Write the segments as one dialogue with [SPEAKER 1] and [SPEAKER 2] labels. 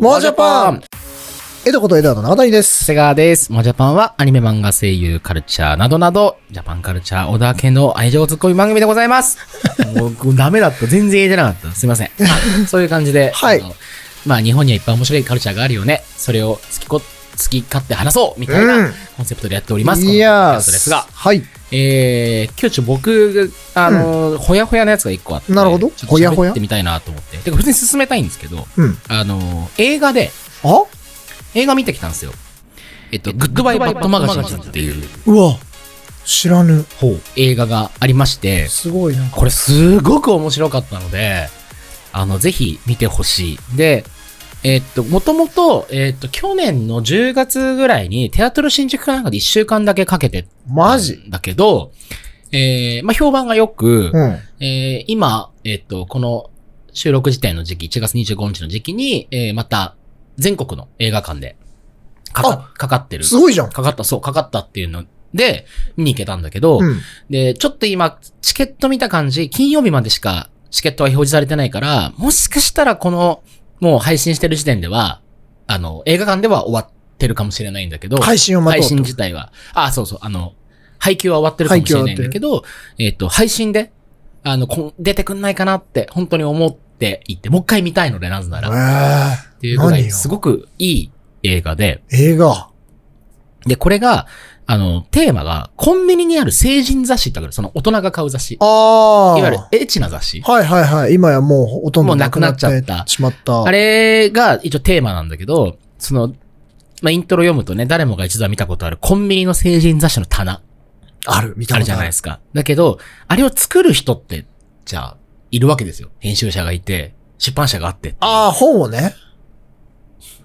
[SPEAKER 1] モージャパン江戸こと江戸の中谷です。
[SPEAKER 2] 瀬川です。モジャパンはアニメ漫画声優カルチャーなどなど、ジャパンカルチャー小田家の愛情ツッコミ番組でござ います。もうダメだった。全然言えてなかった。すいません。あそういう感じで。
[SPEAKER 1] はい
[SPEAKER 2] あのまあ日本にはいっぱい面白いカルチャーがあるよね。それを好きこ、好き勝手話そうみたい
[SPEAKER 1] うん
[SPEAKER 2] なコンセプトでやっております。
[SPEAKER 1] いや
[SPEAKER 2] このポッドキャストですが。
[SPEAKER 1] はい。
[SPEAKER 2] えー、今日ちょっと僕、あの、ほやほやのやつが一個あって。
[SPEAKER 1] なるほど
[SPEAKER 2] ちょっと
[SPEAKER 1] ほやほや
[SPEAKER 2] 喋ってみたいなと思って。てか普通に進めたいんですけど、
[SPEAKER 1] うん。
[SPEAKER 2] あの、映画で、
[SPEAKER 1] あ
[SPEAKER 2] 映画見てきたんですよ。えっと、グッドバイバッドマガジンズっていう
[SPEAKER 1] うわ。知らぬ。
[SPEAKER 2] 映画がありまして、
[SPEAKER 1] すごいな。
[SPEAKER 2] これすごく面白かったので、あの、ぜひ見てほしい。で、えっと、もともと、えっと、去年の10月ぐらいに、テアトル新宿かなんかで1週間だけかけて
[SPEAKER 1] マジ
[SPEAKER 2] だけど、えー、まあ、評判が良く、
[SPEAKER 1] うん。
[SPEAKER 2] えー今、えっと、この収録時点の時期、1月25日の時期に、えーまた、全国の映画館で、かか、かかってる。
[SPEAKER 1] すごいじゃん。
[SPEAKER 2] かかった、そう、かかったっていうので、見に行けたんだけど、
[SPEAKER 1] うん。
[SPEAKER 2] で、ちょっと今、チケット見た感じ、金曜日までしかチケットは表示されてないから、もしかしたらこの、もう配信してる時点では、あの、映画館では終わってるかもしれないんだけど、
[SPEAKER 1] 配信を待
[SPEAKER 2] 配
[SPEAKER 1] とう
[SPEAKER 2] 信
[SPEAKER 1] と。
[SPEAKER 2] 自体は、あ、そうそう、あの、配給は終わってるかもしれないんだけど、えっ、と、配信で、あの、こん出てくんないかなって、本当に思っていて、もう一回見たいので、なぜなら。っ
[SPEAKER 1] え
[SPEAKER 2] ていうぐら
[SPEAKER 1] 何
[SPEAKER 2] い、
[SPEAKER 1] よ
[SPEAKER 2] すごくいい映画で、
[SPEAKER 1] ー、映画。
[SPEAKER 2] で、これが、あの、テーマが、コンビニにある成人雑誌ってある、その大人が買う雑誌。い
[SPEAKER 1] ああ。
[SPEAKER 2] わゆるエッチな雑誌。
[SPEAKER 1] はいはいはい。今やもうほとん
[SPEAKER 2] も
[SPEAKER 1] ど
[SPEAKER 2] うなくなっちゃった
[SPEAKER 1] しまった。
[SPEAKER 2] あれが一応テーマなんだけど、その、まあ、イントロ読むとね、誰もが一度は見たことあるコンビニの成人雑誌の棚、
[SPEAKER 1] ある、見た
[SPEAKER 2] あ
[SPEAKER 1] こ
[SPEAKER 2] る
[SPEAKER 1] と
[SPEAKER 2] じゃ
[SPEAKER 1] あ
[SPEAKER 2] ない
[SPEAKER 1] る
[SPEAKER 2] で。すか。だけど、あれを作る人って、じゃあ、いるわけですよ。編集者がいて、出版社があって。
[SPEAKER 1] ああ、本をね。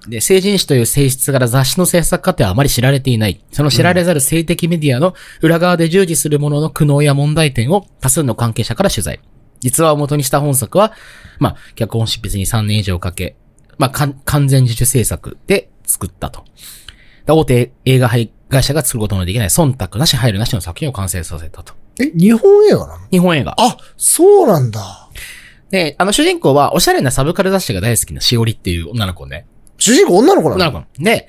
[SPEAKER 2] で、成人誌という性質から雑誌の制作過程はあまり知られていない。その知られざる性的メディアの裏側で従事する者の苦悩や問題点を多数の関係者から取材。実話を元にした本作は、まあ、脚本執筆に3年以上かけ、まあ、かん完全自主制作で作ったと。で大手映画配会社が作ることのできない忖度なし配慮なしの作品を完成させたと。
[SPEAKER 1] え、日本映画なの
[SPEAKER 2] 日本映画。
[SPEAKER 1] あ、そうなんだ。
[SPEAKER 2] で、あの主人公はおしゃれなサブカル雑誌が大好きなしおりっていう女の子ね。
[SPEAKER 1] 主人公女の子なの
[SPEAKER 2] 女の子なので、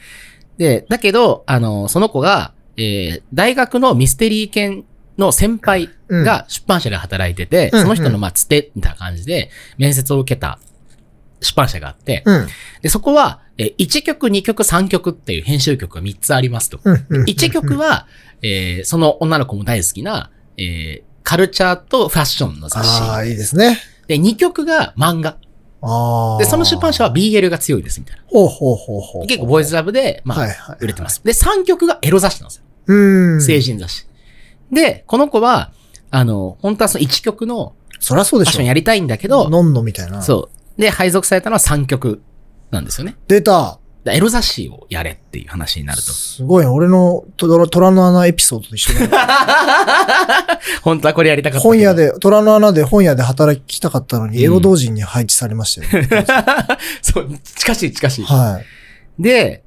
[SPEAKER 2] で、だけど、あの、その子が、えー大学のミステリー犬の先輩が出版社で働いてて、
[SPEAKER 1] うん
[SPEAKER 2] その人
[SPEAKER 1] うんう
[SPEAKER 2] の、まあ、つて、みたいな感じで、面接を受けた出版社があって、
[SPEAKER 1] うん。
[SPEAKER 2] で、そこは、え1曲、2曲、3曲っていう編集曲が3つありますと。
[SPEAKER 1] うんうん。
[SPEAKER 2] 1曲は、えーその女の子も大好きな、えーカルチャーとファッションの雑誌。
[SPEAKER 1] ああ、いいですね。
[SPEAKER 2] で、2曲が漫画。
[SPEAKER 1] ああ。
[SPEAKER 2] で、その出版社は BL が強いです、みたいな。
[SPEAKER 1] ほうほうほうほう。
[SPEAKER 2] 結構ボーイズラブで、まあ、
[SPEAKER 1] はいはい。
[SPEAKER 2] 売れてます。で、3曲がエロ雑誌なんですよ。
[SPEAKER 1] うん。
[SPEAKER 2] 成人雑誌。で、この子は、あの、本当はその1曲の
[SPEAKER 1] そりゃそう
[SPEAKER 2] フ
[SPEAKER 1] で
[SPEAKER 2] ァッ
[SPEAKER 1] し
[SPEAKER 2] シ
[SPEAKER 1] ょ
[SPEAKER 2] ョン。やりたいんだけど、
[SPEAKER 1] のんのみたいな。
[SPEAKER 2] そう。で、配属されたのは3曲なんですよね。
[SPEAKER 1] 出た。
[SPEAKER 2] だエロ雑誌をやれっていう話にな ると。
[SPEAKER 1] すごい、俺の虎虎の穴エピソードと一緒 だ。
[SPEAKER 2] 本当はこれやりたかった。
[SPEAKER 1] 本屋。で、虎の穴で本屋で働きたかったのに、
[SPEAKER 2] うん
[SPEAKER 1] エロ同人に配置されましたよ、
[SPEAKER 2] そう、近しい近しい。
[SPEAKER 1] はい。
[SPEAKER 2] で、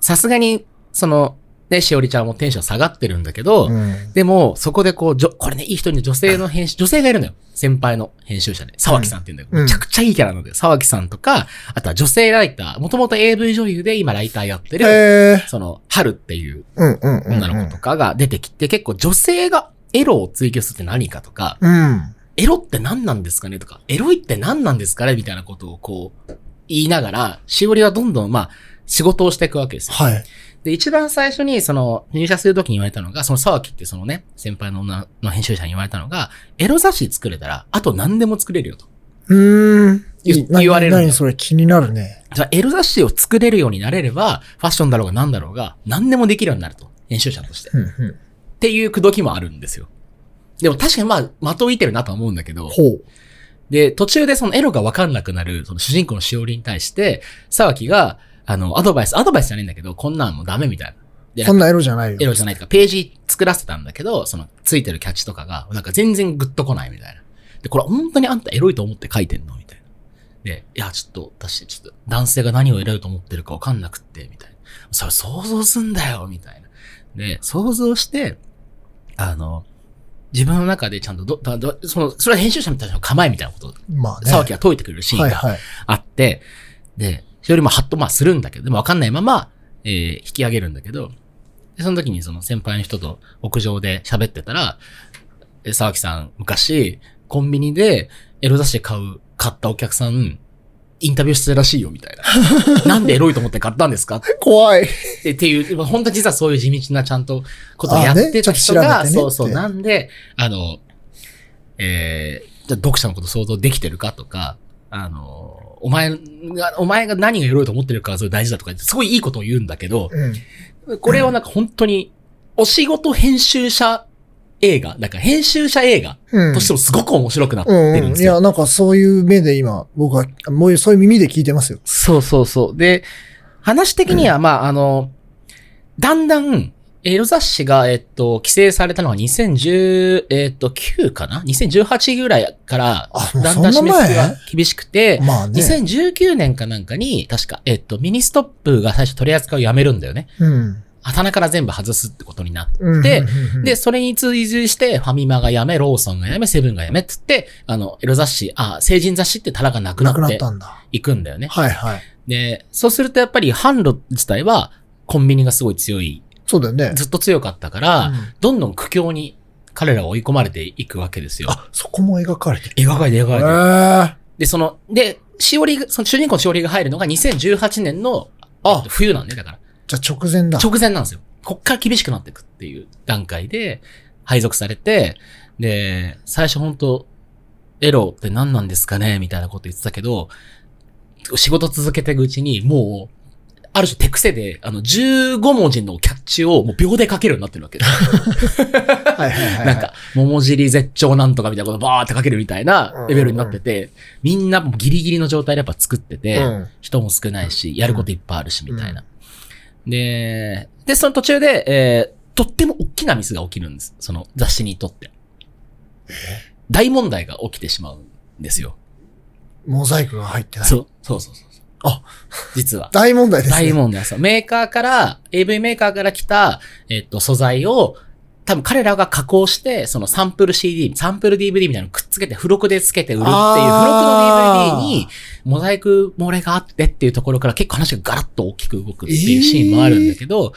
[SPEAKER 2] さすがに、その、ね、しおりちゃんもテンション下がってるんだけど、
[SPEAKER 1] うん
[SPEAKER 2] でも、そこでこう、じょこれね、いい人に女性の編集、女性がいるのよ。先輩の編集者で。沢木さんっていうんだけど、
[SPEAKER 1] うん
[SPEAKER 2] めちゃくちゃいいキャラなので、沢木さんとか、あとは女性ライター、もともと AV 女優で今ライターやってる、
[SPEAKER 1] へえ。
[SPEAKER 2] その、春っていう
[SPEAKER 1] うんうんうんうん。
[SPEAKER 2] 女の子とかが出てきて、結構女性がエロを追求するって何かとか、
[SPEAKER 1] うん。
[SPEAKER 2] エロって何なんですかねとか、エロいって何なんですかねみたいなことをこう、言いながら、しおりはどんどん、まあ、仕事をしていくわけですよ。
[SPEAKER 1] はい。
[SPEAKER 2] で、一番最初に、その、入社するときに言われたのが、その沢木ってそのね、先輩の女の編集者に言われたのが、エロ雑誌作れたら、あと何でも作れるよと。
[SPEAKER 1] うーん。
[SPEAKER 2] 言
[SPEAKER 1] いな
[SPEAKER 2] 言われるんだよ
[SPEAKER 1] 何それ気になるね。
[SPEAKER 2] じゃあエロ雑誌を作れるようになれれば、ファッションだろうが何だろうが、何でもできるようになると。編集者として。っ
[SPEAKER 1] うんうん。
[SPEAKER 2] ていう口説きもあるんですよ。でも確かにまあ、的を射てるなとは思うんだけど、
[SPEAKER 1] ほう。
[SPEAKER 2] で、途中でそのエロがわかんなくなる、その主人公のしおりに対して、沢木が、あの、アドバイス、アドバイスじゃないんだけど、こんなんもうダメみたいな。で
[SPEAKER 1] そんなエロじゃないよ。
[SPEAKER 2] エロじゃないとか、ページ作らせてたんだけど、その、ついてるキャッチとかが、なんか全然グッとこないみたいな。で、これ本当にあんたエロいと思って書いてんのみたいな。で、いや、ちょっと、私、ちょっと、男性が何をエロいと思ってるかわかんなくって、みたいな。それ想像すんだよみたいな。で、想像して、あの、自分の中でちゃんとど、だだその、それは編集者みたいなの構えみたいなことを、
[SPEAKER 1] まあね。
[SPEAKER 2] 沢木が解いてくるシーン
[SPEAKER 1] はい
[SPEAKER 2] が
[SPEAKER 1] はい。
[SPEAKER 2] あって、で、それよりもハッとまあするんだけど、でもわかんないまま、えー引き上げるんだけど、で、その時にその先輩の人と屋上で喋ってたら、え沢木さん昔、コンビニでエロ雑誌買う、買ったお客さん、インタビューしてたらしいよ、みたいな。なんでエロいと思って買ったんですか
[SPEAKER 1] 怖い。
[SPEAKER 2] ってっていう、まあ本当は実はそういう地道なちゃんとことをやってた人
[SPEAKER 1] あ
[SPEAKER 2] が、
[SPEAKER 1] ねちょっと調べてねって
[SPEAKER 2] そうそう、なんで、あの、えー、じゃあ読者のこと想像できてるかとか、あの、お前が、お前が何がエロいと思ってるかがそれ大事だとか、すごいいいことを言うんだけど、
[SPEAKER 1] うん。
[SPEAKER 2] これはなんか本当に、お仕事編集者映画、なんか編集者映画
[SPEAKER 1] うん。
[SPEAKER 2] としてもすごく面白くなって
[SPEAKER 1] うん
[SPEAKER 2] るん
[SPEAKER 1] う
[SPEAKER 2] で
[SPEAKER 1] ん。
[SPEAKER 2] す
[SPEAKER 1] い
[SPEAKER 2] よ。
[SPEAKER 1] や、なんかそういう目で今、僕は、もうそういう耳で聞いてますよ。
[SPEAKER 2] そうそうそう。で、話的には、まあ、あの、だんだん、エロ雑誌が、えっと、規制されたのは2010、えっと、9かな ?2018 ぐらいから、
[SPEAKER 1] あ、もう
[SPEAKER 2] だ
[SPEAKER 1] そん
[SPEAKER 2] んだん
[SPEAKER 1] な
[SPEAKER 2] 締め付けが
[SPEAKER 1] 前
[SPEAKER 2] 厳しくて、
[SPEAKER 1] まあね。
[SPEAKER 2] 2019年かなんかに、確か、えっと、ミニストップが最初取り扱いをやめるんだよね。
[SPEAKER 1] うん。
[SPEAKER 2] 棚から全部外すってことになって
[SPEAKER 1] うん
[SPEAKER 2] で、
[SPEAKER 1] うんうん
[SPEAKER 2] で、それに追随して、ファミマがやめ、ローソンがやめ、セブンがやめっつって、あの、エロ雑誌、あ、成人雑誌って棚がなくな
[SPEAKER 1] なくな
[SPEAKER 2] っ
[SPEAKER 1] ってたんだ。
[SPEAKER 2] いくんだよね。
[SPEAKER 1] はいはい。
[SPEAKER 2] で、そうするとやっぱり販路自体はコンビニがすごい強い、
[SPEAKER 1] そうだよね。
[SPEAKER 2] ずっと強かったから、
[SPEAKER 1] うん
[SPEAKER 2] どんどん苦境に彼らは追い込まれていくわけですよ。
[SPEAKER 1] あ、そこも描かれてる。
[SPEAKER 2] 描かれて描か
[SPEAKER 1] へ
[SPEAKER 2] れて。
[SPEAKER 1] ー
[SPEAKER 2] で、その、で、しおりが、その主人公のしおりが入るのが2018年の、あ、冬なんで、だから。
[SPEAKER 1] じゃあ直前だ。
[SPEAKER 2] 直前なんですよ。こっから厳しくなっていくっていう段階で、配属されて、で、最初本当エロって何なんですかねみたいなこと言ってたけど、仕事続けていくうちに、もう、ある種手癖で、あの、15文字のキャッチをもう秒で書けるようになってるわけです。
[SPEAKER 1] はいはいはい。
[SPEAKER 2] なんか、桃尻絶頂なんとかみたいなことバーって書けるみたいなレベルになってて、みんなもうギリギリの状態でやっぱ作ってて、
[SPEAKER 1] うん、
[SPEAKER 2] 人も少ないし、やることいっぱいあるし、みたいな。で、で、その途中で、えーとっても大きなミスが起きるんです。その雑誌にとって。大問題が起きてしまうんですよ。
[SPEAKER 1] モザイクが入ってない。
[SPEAKER 2] そう、そうそうそうそう。
[SPEAKER 1] あ
[SPEAKER 2] 実は。
[SPEAKER 1] 大問題ですね。
[SPEAKER 2] 大問題です。メーカーから、AV メーカーから来た、えっと、素材を、多分彼らが加工して、そのサンプル CD、サンプル DVD みたいなのくっつけて、付録でつけて売るっていう、付録
[SPEAKER 1] あー
[SPEAKER 2] の DVD に、モザイク漏れがあってっていうところから結構話がガラッと大きく動くっていうシーンもあるんだけど、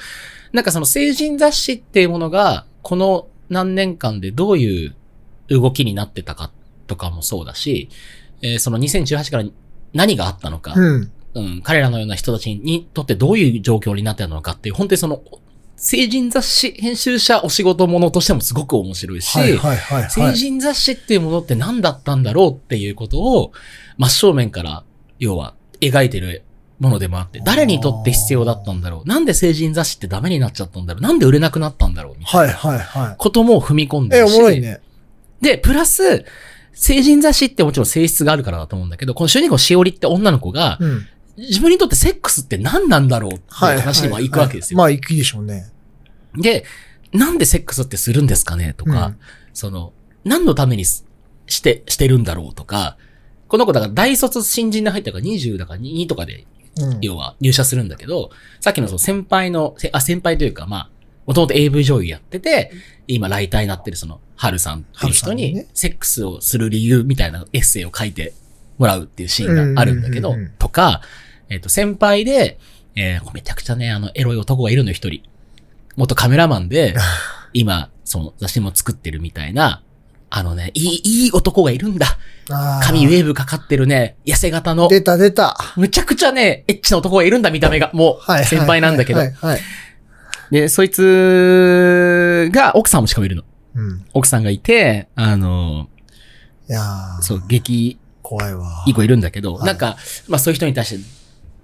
[SPEAKER 2] なんかその成人雑誌っていうものが、この何年間でどういう動きになってたかとかもそうだし、えーその2018から何があったのか、
[SPEAKER 1] うん。
[SPEAKER 2] うん、彼らのような人たちにとってどういう状況になってるのかっていう、本当にその、成人雑誌、編集者お仕事ものとしてもすごく面白いし、
[SPEAKER 1] はいはいはい、は
[SPEAKER 2] 成
[SPEAKER 1] い。
[SPEAKER 2] 人雑誌っていうものって何だったんだろうっていうことを、真正面から、要は、描いてるものでもあって、誰にとって必要だったんだろうなんで成人雑誌ってダメになっちゃったんだろうなんで売れなくなったんだろうみたい
[SPEAKER 1] はいはいは
[SPEAKER 2] なことも踏み込ん
[SPEAKER 1] い。
[SPEAKER 2] で
[SPEAKER 1] え、
[SPEAKER 2] る
[SPEAKER 1] お
[SPEAKER 2] し、
[SPEAKER 1] もろいね。
[SPEAKER 2] で、プラス、成人雑誌ってもちろん性質があるからだと思うんだけど、この主人公しおりって女の子が、
[SPEAKER 1] うん。
[SPEAKER 2] 自分にとってセックスって何なんだろうって
[SPEAKER 1] はい。
[SPEAKER 2] 話には行くわけですよ。
[SPEAKER 1] まあ、行くでしょうね。
[SPEAKER 2] で、なんでセックスってするんですかねとか、
[SPEAKER 1] うん
[SPEAKER 2] その、何のためにすして、してるんだろうとか、この子だから大卒新人で入ったから20だから2とかで、
[SPEAKER 1] うん。
[SPEAKER 2] 要は入社するんだけど、さっきのその先輩の、せあ、先輩というか、まあ、もともと AV 女優やってて、今ライターになってるその、ハルさんっていう人
[SPEAKER 1] ハルさん
[SPEAKER 2] に
[SPEAKER 1] ね、
[SPEAKER 2] セックスをする理由みたいなエッセイを書いてもらうっていうシーンがあるんだけ
[SPEAKER 1] うん
[SPEAKER 2] ど
[SPEAKER 1] うんうんうん、
[SPEAKER 2] とか、えっ、と、先輩で、えーめちゃくちゃね、あの、エロい男がいるのよ一人。元カメラマ ンで、今、その雑誌も作ってるみたいな、あのね、いい、いい男がいるんだ。
[SPEAKER 1] あー
[SPEAKER 2] 髪ウェーブかかってるね、痩せ型の、
[SPEAKER 1] 出た出た。
[SPEAKER 2] むちゃくちゃね、エッチな男がいるんだ、見た目が。も、
[SPEAKER 1] はいうはい。
[SPEAKER 2] 先輩なんだけど
[SPEAKER 1] は。いはい。
[SPEAKER 2] で、そいつが、奥さんもしかもいるの。
[SPEAKER 1] うん。い
[SPEAKER 2] 奥さんがいて、あの、
[SPEAKER 1] やー
[SPEAKER 2] そう、劇、
[SPEAKER 1] 怖いわ。
[SPEAKER 2] いい子いるんだけど、
[SPEAKER 1] はい
[SPEAKER 2] なんか、まあそういう人に対して、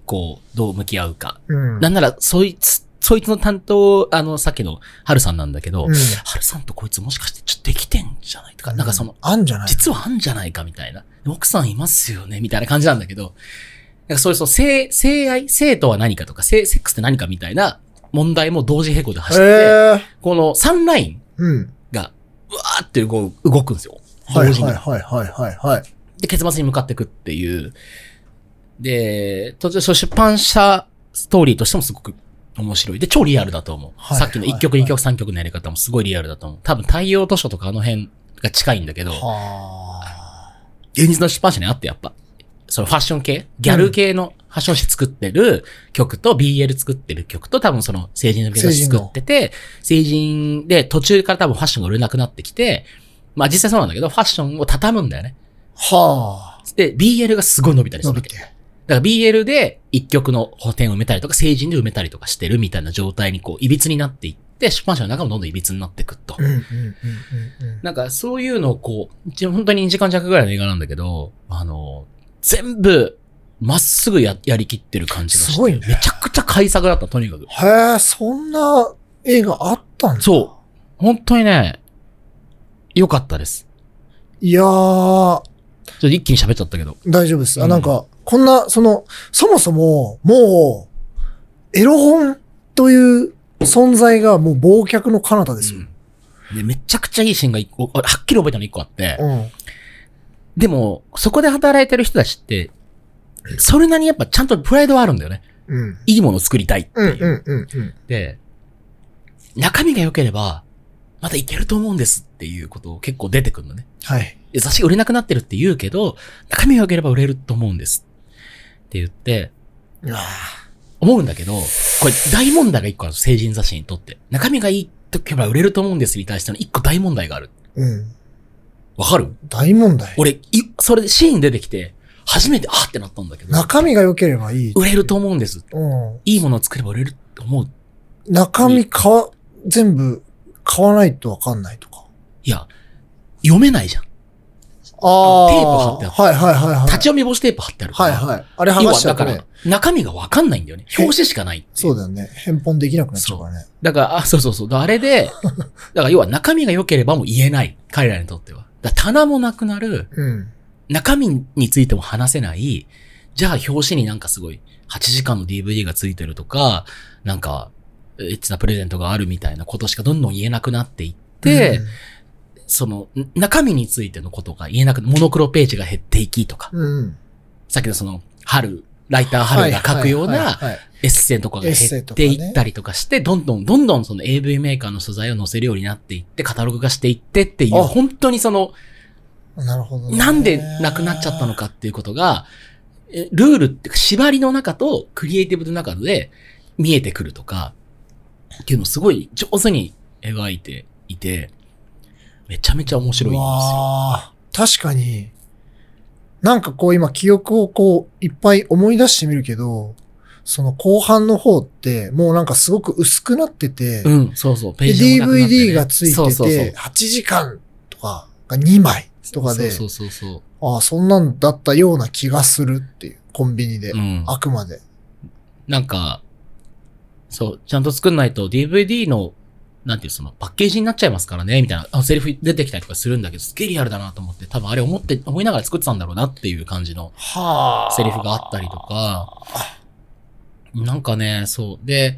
[SPEAKER 2] こう、どう向き合うか。
[SPEAKER 1] うん。
[SPEAKER 2] なんなら、そいつ、そいつの担当、あの、さっきの、はるさんなんだけど、
[SPEAKER 1] うん
[SPEAKER 2] はるさんとこいつもしかして、ちょっとできてんじゃないとか、なんかその、、
[SPEAKER 1] あんじゃない
[SPEAKER 2] 実はあんじゃないかみたいな。奥さんいますよねみたいな感じなんだけど、なんかそういうそう性、性愛、性とは何かとか、性、セックスって何かみたいな問題も同時並行で走ってて、
[SPEAKER 1] えー。
[SPEAKER 2] このサンライン
[SPEAKER 1] うん。
[SPEAKER 2] が、うわーって動く動くんですよ。
[SPEAKER 1] は
[SPEAKER 2] 同
[SPEAKER 1] い
[SPEAKER 2] 時
[SPEAKER 1] は
[SPEAKER 2] に。
[SPEAKER 1] いはいはいはいはい。
[SPEAKER 2] で、結末に向かっていくっていう。で、途中、そう出版社ストーリーとしてもすごく面白い。で、超リアルだと思う。
[SPEAKER 1] はい
[SPEAKER 2] さっきの1曲、
[SPEAKER 1] はい
[SPEAKER 2] 2曲、3曲のやり方もすごいリアルだと思う。多分、太陽図書とかあの辺が近いんだけど、
[SPEAKER 1] はあ。
[SPEAKER 2] 現実の出版社にあってやっぱ、そのファッション系、ギャル系のファッション誌作ってる曲と BL 作ってる曲と多分その成人の曲
[SPEAKER 1] 成人
[SPEAKER 2] 作
[SPEAKER 1] の
[SPEAKER 2] ってて、成人で途中から多分ファッションが売れなくなってきて、まあ実際そうなんだけど、ファッションを畳むんだよね。
[SPEAKER 1] はあ。
[SPEAKER 2] で、BL がすごい伸びたりす
[SPEAKER 1] 伸
[SPEAKER 2] る
[SPEAKER 1] び
[SPEAKER 2] わけ。
[SPEAKER 1] て。
[SPEAKER 2] だから BL で一曲の補填を埋めたりとか、成人で埋めたりとかしてるみたいな状態にこう、歪になっていって、出版社の中もどんどん歪になっていくと。
[SPEAKER 1] うんうんうんうんうん。
[SPEAKER 2] なんかそういうのをこう、一応本当に2時間弱ぐらいの映画なんだけど、あの、全部、まっすぐややりきってる感じがして。
[SPEAKER 1] すごいね
[SPEAKER 2] めちゃくちゃ改作だった、とにかく。
[SPEAKER 1] へえ、そんな映画あったんだ。
[SPEAKER 2] そ本当にね、良かったです。
[SPEAKER 1] いやー、
[SPEAKER 2] ちょっと一気に喋っちゃったけど。
[SPEAKER 1] 大丈夫です。
[SPEAKER 2] う
[SPEAKER 1] あ、
[SPEAKER 2] ん
[SPEAKER 1] なんか、こんな、その、そもそも、もう、エロ本という存在がもう忘却の彼方ですよ。
[SPEAKER 2] うんでめちゃくちゃいいシーンが一個、あはっきり覚えたの一個あって、
[SPEAKER 1] うん。
[SPEAKER 2] でも、そこで働いてる人たちって、それなりにやっぱちゃんとプライドはあるんだよね。
[SPEAKER 1] うん。
[SPEAKER 2] いいものを作りたいって
[SPEAKER 1] うん、
[SPEAKER 2] いう。
[SPEAKER 1] うん、うん、
[SPEAKER 2] で、中身が良ければ、またいけると思うんですっていうことを結構出てくるのね。
[SPEAKER 1] はい。
[SPEAKER 2] いや雑誌売れなくなってるって言うけど、中身が良ければ売れると思うんです。って言って、思うんだけど、これ大問題が一個ある。成人雑誌にとって。中身がいいとけば売れると思うんですに対しての一個大問題がある。
[SPEAKER 1] うん。
[SPEAKER 2] わかる
[SPEAKER 1] 大問題。
[SPEAKER 2] 俺、いそれでシーン出てきて、初めて、あってなったんだけど、
[SPEAKER 1] 中身が良ければいい。
[SPEAKER 2] 売れると思うんです。
[SPEAKER 1] うん。
[SPEAKER 2] いいものを作れば売れると思う。
[SPEAKER 1] 中身買わ、全部買わないとわかんないとか。
[SPEAKER 2] いや、読めないじゃん。
[SPEAKER 1] あ
[SPEAKER 2] テープ貼ってあ
[SPEAKER 1] はいはいはいはい。
[SPEAKER 2] 立ち読み防止テープ貼ってあるか
[SPEAKER 1] はい
[SPEAKER 2] ら。
[SPEAKER 1] はい。あれ剥が
[SPEAKER 2] 要は
[SPEAKER 1] しちゃ
[SPEAKER 2] だ
[SPEAKER 1] うと
[SPEAKER 2] か
[SPEAKER 1] ね
[SPEAKER 2] ら。、中身がわかんないんだよね。表紙しかないってい
[SPEAKER 1] そうだよね。返本できなくなっちゃうからね。
[SPEAKER 2] だから、あ、そうそうそう。だからあ れで、だから要は中身が良ければもう言えない。彼らにとっては。だから棚もなくなる、
[SPEAKER 1] うん。
[SPEAKER 2] 中身についても話せない、じゃあ表紙になんかすごい、8時間の DVD がついてるとか、なんか、エッチなプレゼントがあるみたいなことしかどんどん言えなくなっていって、その、ん中身についてのことが言えなく、モノクロページが減っていきとか、
[SPEAKER 1] うん、うん。
[SPEAKER 2] さっきのその、春、ライター春が書くよう
[SPEAKER 1] はいはい
[SPEAKER 2] な
[SPEAKER 1] はいはい
[SPEAKER 2] エッセンとかが減っていったりとかして、どんどんどんどんその AV メーカーの素材を載せるようになっていって、カタログ化していってっていう、
[SPEAKER 1] あ
[SPEAKER 2] 本当にその、
[SPEAKER 1] なるほどね。
[SPEAKER 2] なんでなくなっちゃったのかっていうことが、えルールっていうか縛りの中とクリエイティブの中で見えてくるとか、っていうのをすごい上手に描いていて、めちゃめちゃ面白いんですよ。
[SPEAKER 1] わー確かに、なんかこう今記憶をこういっぱい思い出してみるけど、その後半の方ってもうなんかすごく薄くなってて、
[SPEAKER 2] うん、そうそう、ペ
[SPEAKER 1] で
[SPEAKER 2] ージもなくなってね
[SPEAKER 1] DVD がついてて、
[SPEAKER 2] そうそうそう
[SPEAKER 1] 8時間とかが2枚とかで、
[SPEAKER 2] そうそうそうそ
[SPEAKER 1] ああ、そんなんだったような気がするっていう、コンビニで。
[SPEAKER 2] う。うん。
[SPEAKER 1] あくまで。
[SPEAKER 2] なんか、そう、ちゃんと作んないと DVD の、なんていう、その、パッケージになっちゃいますからね、みたいな、あセリフ出てきたりとかするんだけど、すっげえリアルだなと思って、多分あれ思って、思いながら作ってたんだろうなっていう感じの
[SPEAKER 1] は
[SPEAKER 2] セリフがあったりとか、なんかね、そう。で、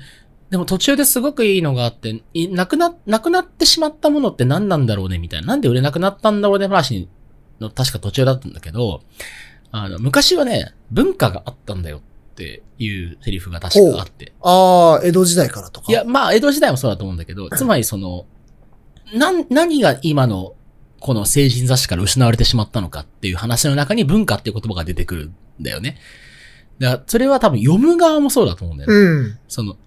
[SPEAKER 2] でも途中ですごくいいのがあって、いなくな、なくなってしまったものって何なんだろうね、みたいな。なんで売れなくなったんだろうね、話の確か途中だったんだけど、あの、昔はね、文化があったんだよっていうセリフが確かあって。
[SPEAKER 1] ああ、江戸時代からとか。
[SPEAKER 2] いや、まあ、江戸時代もそうだと思うんだ けど、つまりその、なん、何が今の、この成人雑誌から失われてしまったのかっていう話の中に文化っていう言葉が出てくるんだよね。だから、それは多分読む側もそうだと思うんだよね。
[SPEAKER 1] うん。
[SPEAKER 2] その、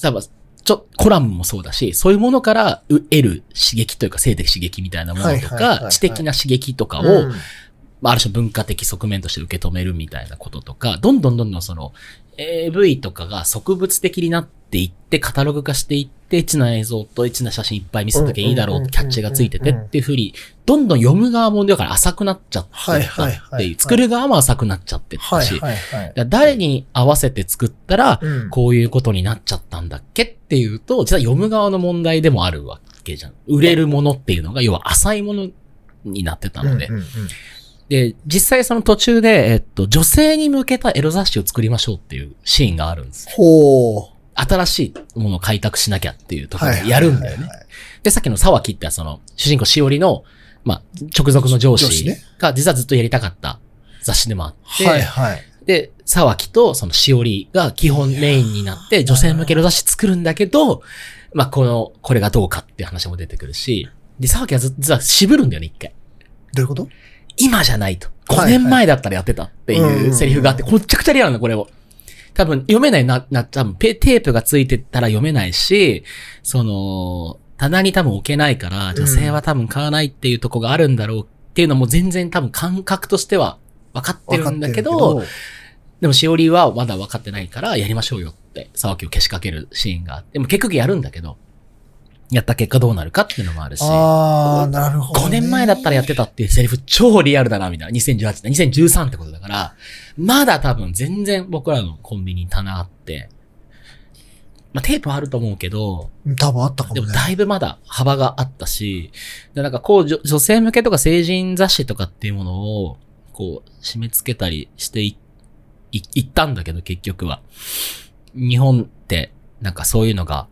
[SPEAKER 2] 例えば、ちょ、コラムもそうだし、そういうものからう得る刺激というか性的刺激みたいなものと
[SPEAKER 1] はいはいはいは
[SPEAKER 2] か、
[SPEAKER 1] い
[SPEAKER 2] 知的な刺激とかを、
[SPEAKER 1] うん
[SPEAKER 2] まあ、ある種文化的側面として受け止めるみたいなこととか、どんどんどんどんその、AV とかが植物的になっていって、カタログ化していって、エッチな映像とエッチな写真いっぱい見せとけいいだろうってキャッチがついててっていうふうに、どんどん読む側もだから浅くなっちゃってった
[SPEAKER 1] はいはい
[SPEAKER 2] っ
[SPEAKER 1] は
[SPEAKER 2] て
[SPEAKER 1] い
[SPEAKER 2] い
[SPEAKER 1] は
[SPEAKER 2] う、
[SPEAKER 1] い
[SPEAKER 2] 作る側も浅くなっちゃってった
[SPEAKER 1] はい
[SPEAKER 2] し、だか
[SPEAKER 1] はいはい。
[SPEAKER 2] ら誰に合わせて作ったら、
[SPEAKER 1] うん
[SPEAKER 2] こういうことになっちゃったんだっけっていうと、実は読む側の問題でもあるわけじゃん。売れるものっていうのが、要は浅いものになってたので
[SPEAKER 1] うん、うんうん
[SPEAKER 2] で、実際その途中で、えっと、女性に向けたエロ雑誌を作りましょうっていうシーンがあるんです。
[SPEAKER 1] ほう。
[SPEAKER 2] 新しいものを開拓しなきゃっていうところ
[SPEAKER 1] はいはいはいは
[SPEAKER 2] で
[SPEAKER 1] い
[SPEAKER 2] やるんだよね。。で、さっきの沢木ってその、主人公しおりの、まあ、直属の上
[SPEAKER 1] 上司
[SPEAKER 2] 司
[SPEAKER 1] ね
[SPEAKER 2] が実はずっとやりたかった雑誌でもあって、
[SPEAKER 1] はいはい。
[SPEAKER 2] で、沢木とそのしおりが基本メインになって女性向けの雑誌作るんだけど、まあ、この、これがどうかっていう話も出てくるし、で、沢木はず実は渋るんだよね、一回。
[SPEAKER 1] どういうこと
[SPEAKER 2] 今じゃないと。
[SPEAKER 1] はいは
[SPEAKER 2] 5
[SPEAKER 1] い
[SPEAKER 2] 年前だったらやってたっていうセリフがあって、こっちゃくちゃリアルなの、これを。多分、読めないな、な、多分、ペテープがついてたら読めないし、その、棚に多分置けないから、女性は多分買わないっていうとこがあるんだろうっていうのも全然多分感覚としては分かってるんだけど、
[SPEAKER 1] わかってる
[SPEAKER 2] でもしおりはまだ分かってないからやりましょうよって沢木をけしかけるシーンがあって、でも結局やるんだけど、やった結果どうなるかっていうのもあるし、5
[SPEAKER 1] あー、なるほど、ね。
[SPEAKER 2] 年前だったらやってたっていうセリフ超リアルだなみたいな、2018年、2013ってことだから、まだ多分全然僕らのコンビニに棚あって、まあテープはあると思うけど、
[SPEAKER 1] 多分あったかも
[SPEAKER 2] で
[SPEAKER 1] ね。
[SPEAKER 2] もだいぶまだ幅があったし、でなんかこう女女性向けとか成人雑誌とかっていうものを、こう、締め付けたりしてい、い、いったんだけど結局は。日本って、なんかそういうのが、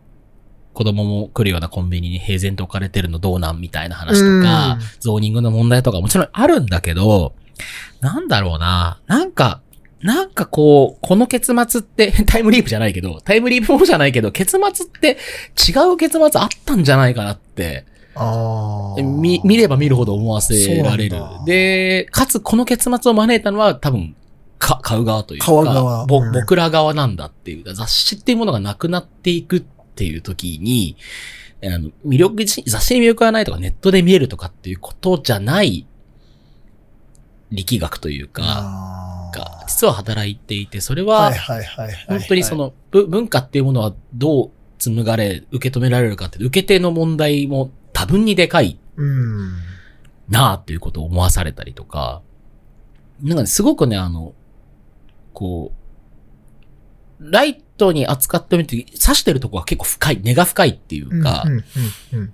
[SPEAKER 2] 子供も来るようなコンビニに平然と置かれてるのどうなんみたいな話とか
[SPEAKER 1] うん、
[SPEAKER 2] ゾーニングの問題とかもちろんあるんだけど、なんだろうな。なんか、なんかこう、この結末って、 タイムリープじゃないけど、タイムリープものじゃないけど、結末って違う結末あったんじゃないかなって、
[SPEAKER 1] あー
[SPEAKER 2] 見、見れば見るほど思わせられる
[SPEAKER 1] そうなんだ。
[SPEAKER 2] で、かつこの結末を招いたのは多分、か、買う側というか、
[SPEAKER 1] 買う側
[SPEAKER 2] ぼ
[SPEAKER 1] うん
[SPEAKER 2] 僕ら側なんだっていう、雑誌っていうものがなくなっていくっていう時に、あの、魅力じ、雑誌に魅力がないとかネットで見えるとかっていうことじゃない力学というか、
[SPEAKER 1] あー
[SPEAKER 2] が実は働いていて、それは
[SPEAKER 1] はいはいはいはいはい。
[SPEAKER 2] 本当にそ、の、ぶ文化っていうものはどう紡がれ、受け止められるかって、受け手の問題も多分にでかい
[SPEAKER 1] うん。
[SPEAKER 2] なあっていうことを思わされたりとか、なんかね、すごくね、あの、こう、ライトに扱ってみて、刺してるとこは結構深い、根が深いっていうか、
[SPEAKER 1] うんうんうんうん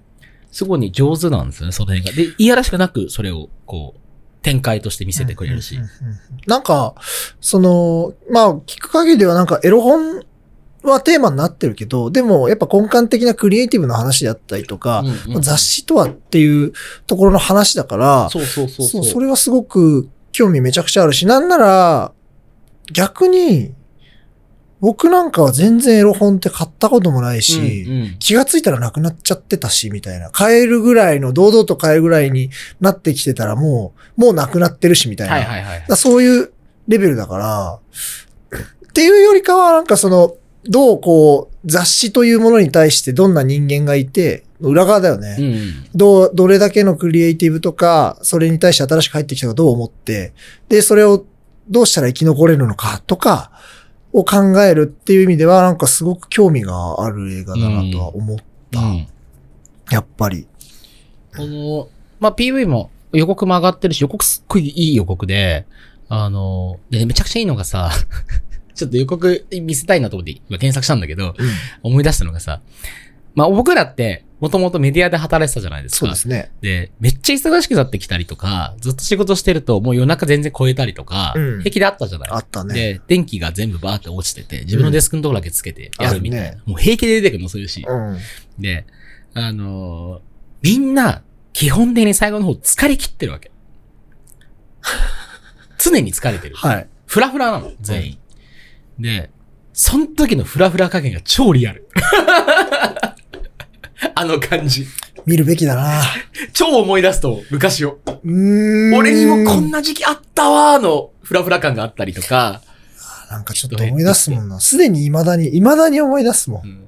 [SPEAKER 2] すごいね上手なんですよね、その辺が。で、いやらしくなくそれを、こう、展開として見せてくれるし
[SPEAKER 1] うんう。んうんうんなんか、その、まあ、聞く限りではなんかエロ本はテーマになってるけど、でもやっぱ根幹的なクリエイティブの話であったりとか、
[SPEAKER 2] うんうん
[SPEAKER 1] 雑誌とはっていうところの話だから、
[SPEAKER 2] そうそうそうそう。
[SPEAKER 1] そうそれはすごく興味めちゃくちゃあるし、なんなら、逆に、僕なんかは全然エロ本って買ったこともないし、
[SPEAKER 2] うんうん
[SPEAKER 1] 気がついたらなくなっちゃってたし、みたいな。買えるぐらいの、堂々と買えるぐらいになってきてたらもう、もうなくなってるし、みたいな。
[SPEAKER 2] はいはいはいはい
[SPEAKER 1] だか。らそういうレベルだから、っていうよりかは、なんかその、どうこう、雑誌というものに対してどんな人間がいて、裏側だよね。
[SPEAKER 2] うんうん。
[SPEAKER 1] どう、どれだけのクリエイティブとか、それに対して新しく入ってきたのかどう思って、で、それをどうしたら生き残れるのかとか、を考えるっていう意味では、なんかすごく興味がある映画だなとは思った。
[SPEAKER 2] うん
[SPEAKER 1] やっぱり。
[SPEAKER 2] この、まあ、PV も予告も上がってるし、予告すっごいいい予告で、あの、でめちゃくちゃいいのがさ、 ちょっと予告見せたいなと思って今検索したんだけど、
[SPEAKER 1] うん
[SPEAKER 2] 思い出したのがさ、まあ、僕らって、もともとメディアで働いてたじゃないです
[SPEAKER 1] そう
[SPEAKER 2] か
[SPEAKER 1] で。すね。
[SPEAKER 2] で、めっちゃ忙しくなってきたりとか、ずっと仕事してるともう夜中全然超えたりとか、
[SPEAKER 1] うん
[SPEAKER 2] 平気であったじゃない
[SPEAKER 1] あったね。
[SPEAKER 2] で、電気が全部バーって落ちてて、自分のデスクのとこだけつけてやるみたいな。
[SPEAKER 1] あるね
[SPEAKER 2] もう平気で出てくるの、そういうシーン。
[SPEAKER 1] うん。
[SPEAKER 2] で、あのーみんな、基本的に最後の方疲れ切ってる わけ。常に疲れてる。
[SPEAKER 1] はい。
[SPEAKER 2] フラフラなの、全員。で、その時のフラフラ加減が超リアル。 あの感じ。
[SPEAKER 1] 見るべきだな。
[SPEAKER 2] 超思い出すと、昔を。
[SPEAKER 1] うーん。
[SPEAKER 2] 俺にもこんな時期あったわーのフラフラ感があったりとか、
[SPEAKER 1] なんかちょっと思い出すもんな。すでに未だに、未だに思い出すもん。
[SPEAKER 2] うん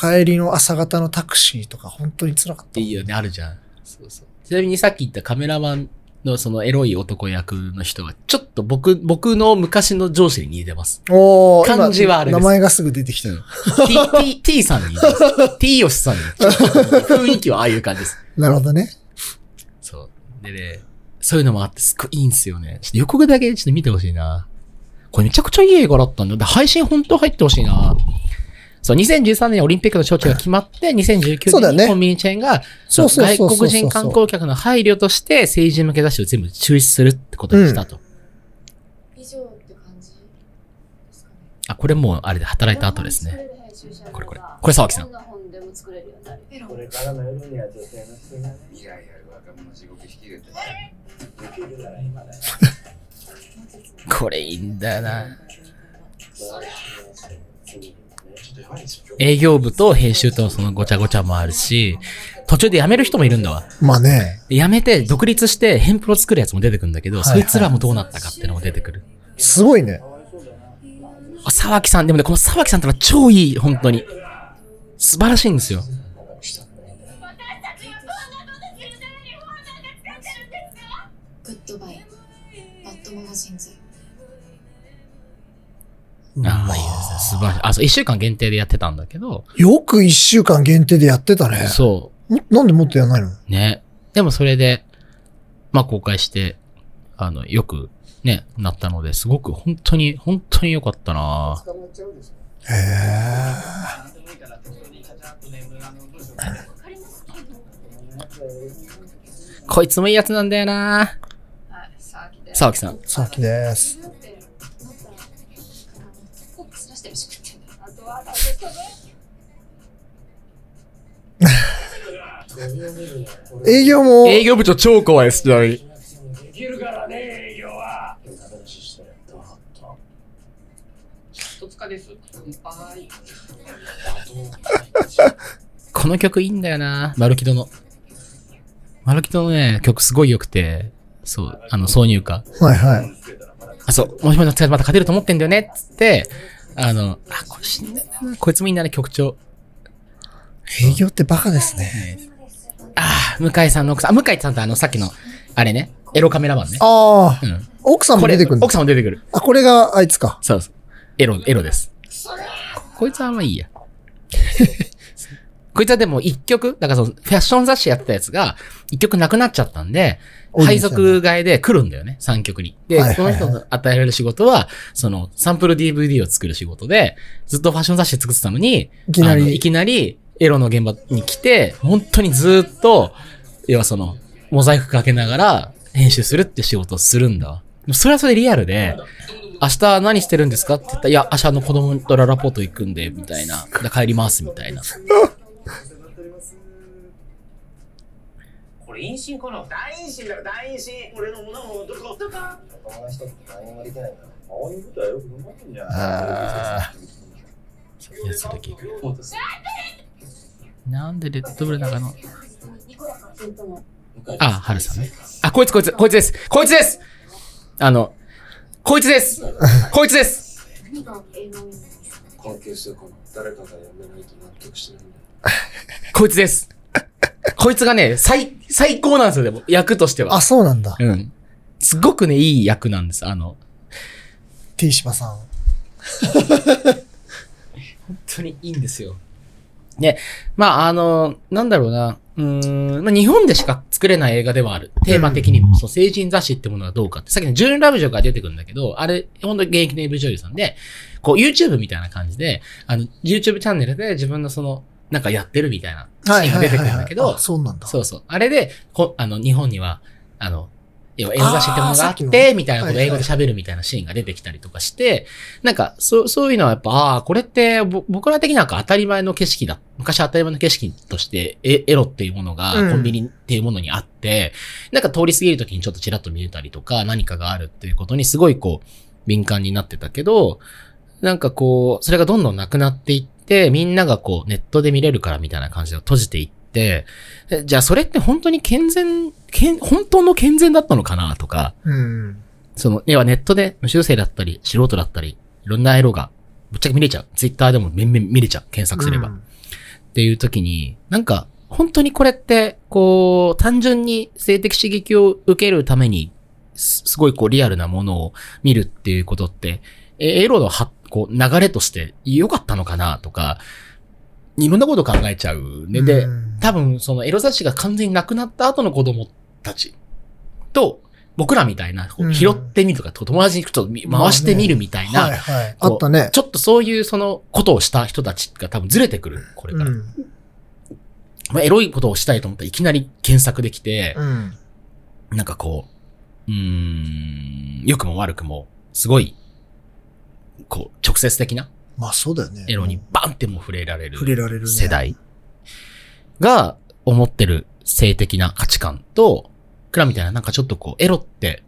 [SPEAKER 1] 帰りの朝方のタクシーとか本当に辛かっ
[SPEAKER 2] ったて
[SPEAKER 1] もん。
[SPEAKER 2] いうね、あるじゃん。そうそう。ちなみにさっき言ったカメラマンのそのエロい男役の人は、ちょっと僕、僕の昔の上司に似 てます。
[SPEAKER 1] おー今
[SPEAKER 2] 感じはあれです
[SPEAKER 1] 名前がすぐ出てきたよ。
[SPEAKER 2] T、T、T さんに似てます。T 吉さんに。ちょっと雰囲気はああいう感じです。
[SPEAKER 1] なるほどね。
[SPEAKER 2] そう。でね、そういうのもあってすっごいいいんすよね。ちょっと予告だけちょっと見てほしいな。これめちゃくちゃいい映画だったんだよ。で配信本当入ってほしいな。そう、2013年オリンピックの招致が決まって、
[SPEAKER 1] そうだよ
[SPEAKER 2] 2019年
[SPEAKER 1] ね
[SPEAKER 2] にコンビニチェーンが
[SPEAKER 1] そうそうそうそうそう
[SPEAKER 2] 外国人観光客の配慮として、成人向け雑誌を全部中止するってことにしたと。
[SPEAKER 3] 以上って感じですかね。
[SPEAKER 2] あ、これもうあれで働いた後ですね。。これこれ。これ沢木さん。
[SPEAKER 3] どんな本でも作れるようになる。
[SPEAKER 4] これからの夜には女性の視点がね、
[SPEAKER 5] 未来ある若者地獄引き入れて
[SPEAKER 4] できるなら今だよ。
[SPEAKER 2] これいいんだよな。
[SPEAKER 5] ちょっとやばいんですよ
[SPEAKER 2] 営業部と編集とのそのごちゃごちゃもあるし、途中で辞める人もいるんだわ。
[SPEAKER 1] まあね、
[SPEAKER 2] で辞めて、独立して、ヘンプロ作るやつも出てくるんだけど、
[SPEAKER 1] はいはい
[SPEAKER 2] そいつらもどうなったかってのも出てくる。
[SPEAKER 1] すごいね。
[SPEAKER 2] あ沢木さん、でもね、この沢木さんってのは超いい、本当に。素晴らしいんですよ。
[SPEAKER 3] グッドバイ。バッドマガジンズ。
[SPEAKER 2] ああ、いいですね。素晴らしい。あ、そう、一週間限定でやってたんだけど、
[SPEAKER 1] よく一週間限定でやってたね。
[SPEAKER 2] そ
[SPEAKER 1] もなんでもっとやんないの
[SPEAKER 2] う、ね。でもそれで、まあ公開して、あの、よく、ね、なったので、すごく本当に、本当に良かったな
[SPEAKER 1] へえ。
[SPEAKER 2] こいつもいいやつなんだよな
[SPEAKER 6] はい、騒ぎで。
[SPEAKER 2] 沢木さん。
[SPEAKER 1] さっきです。
[SPEAKER 6] 狂ってる
[SPEAKER 3] コックすらしてるし食ってんだ。
[SPEAKER 6] あとは、あと人ね。
[SPEAKER 1] 営業も、
[SPEAKER 2] 業部長超怖いです、ちなみに。
[SPEAKER 4] できるからね、営業は。話してると。
[SPEAKER 6] 一つかです。あーい。
[SPEAKER 2] この曲いいんだよなマルキドの。マルキドのね、曲すごい良くて、そう、あの、挿入歌。
[SPEAKER 1] はいはい。
[SPEAKER 2] あ、そう、もしもし、また勝てると思ってんだよねっつって、あの、あ、これ死んでんだなこいつもいいんだね、局長。
[SPEAKER 1] 営業ってバカですね。
[SPEAKER 2] ああ、向井さんの奥さん、あ、向井さんとあの、さっきの、あれね、エロカメラマンね。
[SPEAKER 1] ああ、
[SPEAKER 2] うん。
[SPEAKER 1] 奥さんも
[SPEAKER 2] これ
[SPEAKER 1] 出てくるんだ
[SPEAKER 2] 奥。さんも出てくる。
[SPEAKER 1] あ、これがあいつか。
[SPEAKER 2] そうそう。エロ、エロです。こいつはあんまい いや。こいつはでも一曲、だからその、ファッション雑誌やってたやつが、一曲なくなっちゃったんで、
[SPEAKER 1] オーディ
[SPEAKER 2] 配
[SPEAKER 1] ション
[SPEAKER 2] 属外で来るんだよね、3曲に。で、
[SPEAKER 1] はいはいはい
[SPEAKER 2] この人の与えられる仕事は、その、サンプル DVD を作る仕事で、ずっとファッション雑誌作ってたのに、
[SPEAKER 1] いきなり
[SPEAKER 2] あのいきなり、エロの現場に来て、本当にずーっと、要はその、モザイクかけながら、編集するって仕事をするんだわ。でもそれはそれでリアルで、明日何してるんですかって言ったら、いや、明日あの子供とララポート行くんで、みたいな。で帰ります、みたいな。
[SPEAKER 7] これ陰唇かな大陰唇だろ大陰唇俺のものもどれかったか
[SPEAKER 4] 友達と何もできないから。ああいうことはよくうまいんじゃん。
[SPEAKER 1] あ
[SPEAKER 2] やつだけなんでレッドブルなのあ、ハルさんね。あ、こいつこいつ、こいつです。こいつですあの、こいつですこいつです
[SPEAKER 3] 何が映画を見るんですか
[SPEAKER 8] 関係性かな誰かが辞めないと納得しないんだよ
[SPEAKER 2] こいつですこいつがね、最、最高なんですよ、でも、役として
[SPEAKER 1] ーあ、
[SPEAKER 2] は。
[SPEAKER 1] そうなんだ。
[SPEAKER 2] うん。すごくね、いい役なんです。あの、
[SPEAKER 1] T 島さん。
[SPEAKER 2] 本当にいいんですよ。ね、まあ、あの、なんだろうな。うーん、まあ、日本でしか作れない映画ではある。テーマ的にも。そう、成人雑誌ってものはどうかって。さっきのジューン・ラブジョーが出てくるんだけど、あれ、ほんと現役の AV 女優さんで、こう、YouTube みたいな感じで、あの、YouTube チャンネルで自分のその、なんかやってるみたいなシーンが出てくるんだけど
[SPEAKER 1] あ、そうなんだ。
[SPEAKER 2] そうそう。あれで、こあの、日本には、あの、要は映画雑誌ってものがあ
[SPEAKER 1] あーさっ
[SPEAKER 2] っ
[SPEAKER 1] きの
[SPEAKER 2] て、みたいなことを
[SPEAKER 1] はい
[SPEAKER 2] 英
[SPEAKER 1] は
[SPEAKER 2] 語
[SPEAKER 1] い
[SPEAKER 2] で喋るみたいなシーンが出てきたりとかして、なんか、そう、そういうのはやっぱ、ああー、これって、ぼ僕ら的になんか当たり前の景色だ。昔当たり前の景色として、エエロっていうものが、
[SPEAKER 1] うん
[SPEAKER 2] コンビニっていうものにあって、なんか通り過ぎるときにちょっとちらっと見れたりとか、何かがあるっていうことにすごいこう、敏感になってたけど、なんかこう、それがどんどんなくなっていって、みんながこう、ネットで見れるからみたいな感じで閉じていって、えじゃあそれって本当に健全、健本当の健全だったのかなとか、
[SPEAKER 1] うん。
[SPEAKER 2] その、要はネットで無修正だったり、素人だったり、いろんなエロが、ぶっちゃけ見れちゃう。ツイッターでも面々見れちゃう。検索すれば。
[SPEAKER 1] う
[SPEAKER 2] っ
[SPEAKER 1] ん
[SPEAKER 2] ていう時に、なんか、本当にこれって、こう、単純に性的刺激を受けるために、すすごいこう、リアルなものを見るっていうことって、えエロのは、こう、流れとして良かったのかなとか、いろんなこと考えちゃうね。で、
[SPEAKER 1] うん
[SPEAKER 2] 多分、そのエロ雑誌が完全になくなった後の子供たちと、僕らみたいな、こ
[SPEAKER 1] う
[SPEAKER 2] うん拾ってみるとか、友達にちょっと見回してみるみたい
[SPEAKER 1] はい
[SPEAKER 2] な、
[SPEAKER 1] はい。あ
[SPEAKER 2] こう
[SPEAKER 1] ったね。
[SPEAKER 2] ちょっとそういうそのことをした人たちが多分ずれてくる、これ
[SPEAKER 1] う
[SPEAKER 2] から。
[SPEAKER 1] ん。
[SPEAKER 2] まあ、エロいことをしたいと思ったらいきなり検索できて、
[SPEAKER 1] うん。
[SPEAKER 2] なんかこう、うーん、良くも悪くも、すごい、こう、直接的な
[SPEAKER 1] まあそうだよね。
[SPEAKER 2] エロにバンってもう触れられる。
[SPEAKER 1] 触れられるね。
[SPEAKER 2] 世。代が思ってる性的な価値観と、クラみたいななんかちょっとこう、エロって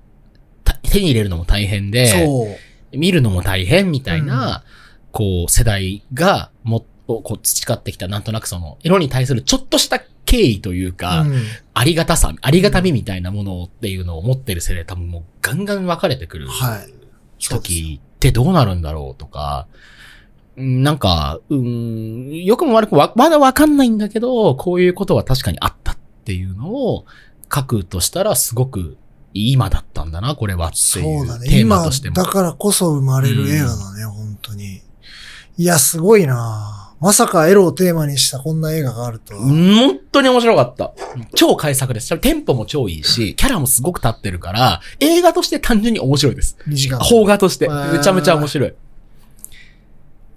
[SPEAKER 2] た手に入れるのも大変で、
[SPEAKER 1] そう。
[SPEAKER 2] 見るのも大変みたいな、こう、世代がもっとこう培ってきたなんとなくその、エロに対するちょっとした敬意というか、
[SPEAKER 1] うん
[SPEAKER 2] ありがたさ、ありがたみみたいなものっていうのを持ってるせいで多分もうガンガン分かれてくる
[SPEAKER 1] はい。そうです
[SPEAKER 2] 時ってどうなるんだろうとか、うんなんか、うん、良くも悪くもわまだ分かんないんだけど、こういうことは確かにあったっていうのを書くとしたらすごく今だったんだな、これはってい
[SPEAKER 1] そうだ
[SPEAKER 2] う
[SPEAKER 1] ね。
[SPEAKER 2] テーマ
[SPEAKER 1] 今
[SPEAKER 2] としても。
[SPEAKER 1] だからこそ生まれる映画だね、本当に。いや、すごいなまさかエロをテーマにしたこんな映画があるとは。
[SPEAKER 2] 本当に面白かった。超改作です。テンポも超いいし、キャラもすごく立ってるから、映画として単純に面白いです。
[SPEAKER 1] 2時間。
[SPEAKER 2] 邦画として。
[SPEAKER 1] へー
[SPEAKER 2] めちゃめちゃ面白い。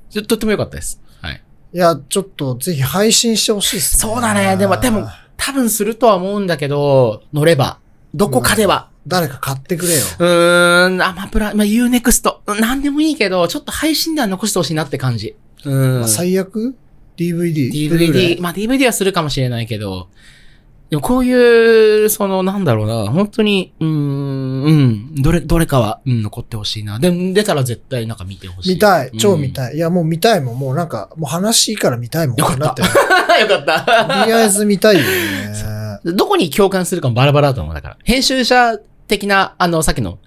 [SPEAKER 2] ちょとっても良かったです。はい。
[SPEAKER 1] いや、ちょっとぜひ配信してほしいっすね。
[SPEAKER 2] そうだねでもでも多分するとは思うんだけど、乗れば。どこかでは。
[SPEAKER 1] 誰か買ってくれよ。
[SPEAKER 2] うーん、アマプラ、まあ、ユーネクスト。なんでもいいけど、ちょっと配信では残してほしいなって感じ。うん。
[SPEAKER 1] まあ最悪 ?DVD? ブルーレイ
[SPEAKER 2] DVD、まあ DVD はするかもしれないけど、でもこういう、その、なんだろうな、本当に、うーん、うん、どれ、どれかは、うん、残ってほしいな。で、出たら絶対なんか見てほしい。
[SPEAKER 1] 見たい。超見
[SPEAKER 2] い。
[SPEAKER 1] たい。いや、もう見たいもん。もうなんか、もう話いいから見たいもん。
[SPEAKER 2] よかった
[SPEAKER 1] なてる
[SPEAKER 2] よかった。
[SPEAKER 1] とりあえず見た いよね。
[SPEAKER 2] どこに共感するかもバラバラだと思う。だから、編集者的な、あの、さっきの、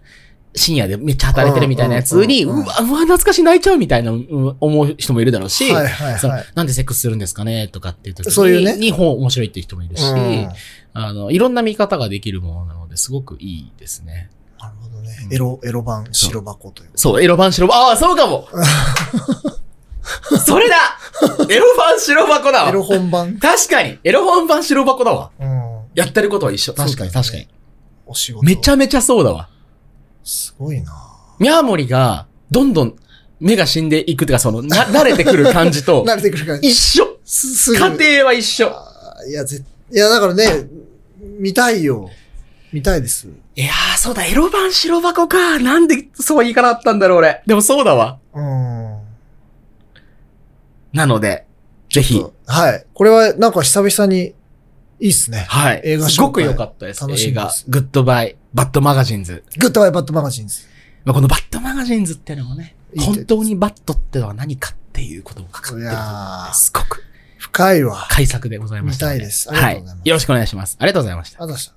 [SPEAKER 2] 深夜でめっちゃ働いてるみたいなやつに、
[SPEAKER 1] う
[SPEAKER 2] うん
[SPEAKER 1] うん
[SPEAKER 2] わ、
[SPEAKER 1] うんう
[SPEAKER 2] うんわ、懐かしい泣いちゃうみたいな、うん思う人もいるだろうし、
[SPEAKER 1] はいはい
[SPEAKER 2] その
[SPEAKER 1] はい。
[SPEAKER 2] なんでセックスするんですかねとかっていう時に、
[SPEAKER 1] そういうね
[SPEAKER 2] 日本面白いっていう人もいるし、
[SPEAKER 1] うん
[SPEAKER 2] あの、いろんな見方ができるものなので、すごくいいですね。
[SPEAKER 1] なるほどね。エロ、エロ版、白箱という。
[SPEAKER 2] そう、エロ版白箱、ああ、そう かもそれだエロ版白箱だ
[SPEAKER 1] エロ
[SPEAKER 2] わ
[SPEAKER 1] 本版
[SPEAKER 2] 確かにエロ本版白箱だわ
[SPEAKER 1] うん。
[SPEAKER 2] やってることは一緒。確かに、確かに。
[SPEAKER 1] お仕事。
[SPEAKER 2] めちゃめちゃそうだわ。
[SPEAKER 1] すごいな
[SPEAKER 2] ミャーモリが、どんどん目が死んでいくっていうか、その、な、慣れてくる感じ と、
[SPEAKER 1] 慣れてくるから。
[SPEAKER 2] 一緒
[SPEAKER 1] すすぐ
[SPEAKER 2] 家庭は一緒
[SPEAKER 1] あーいや、ぜ、いや、だからね、見たいよ。見たいです。
[SPEAKER 2] いやー、そうだ、エロ版白箱か。なんで、そう言いかなったんだろう、俺。でもそうだわ。
[SPEAKER 1] うん。
[SPEAKER 2] なので、ぜひ、
[SPEAKER 1] はい。これは、なんか久々に、いいっすね。
[SPEAKER 2] はい。
[SPEAKER 1] 映画紹介
[SPEAKER 2] すごく良かったです。
[SPEAKER 1] 楽し
[SPEAKER 2] 映
[SPEAKER 1] みで
[SPEAKER 2] 画
[SPEAKER 1] す。
[SPEAKER 2] グッドバイ、バッドマガジンズ。
[SPEAKER 1] グッドバイバッドマガジンズ。
[SPEAKER 2] まあ、このバッドマガジンズってのもね、
[SPEAKER 1] いいです
[SPEAKER 2] 本当にバッドってのは何かっていうこともかかって
[SPEAKER 1] い
[SPEAKER 2] ると思う
[SPEAKER 1] や
[SPEAKER 2] ので
[SPEAKER 1] ー、
[SPEAKER 2] すごく
[SPEAKER 1] 深いわ。
[SPEAKER 2] 改作でございま
[SPEAKER 1] 見
[SPEAKER 2] した
[SPEAKER 1] た
[SPEAKER 2] の
[SPEAKER 1] い
[SPEAKER 2] で。
[SPEAKER 1] です。ありが
[SPEAKER 2] は
[SPEAKER 1] とう
[SPEAKER 2] い
[SPEAKER 1] ございます。。
[SPEAKER 2] よろしくお願いします。ありがとうございました
[SPEAKER 1] あ。りがとうございました。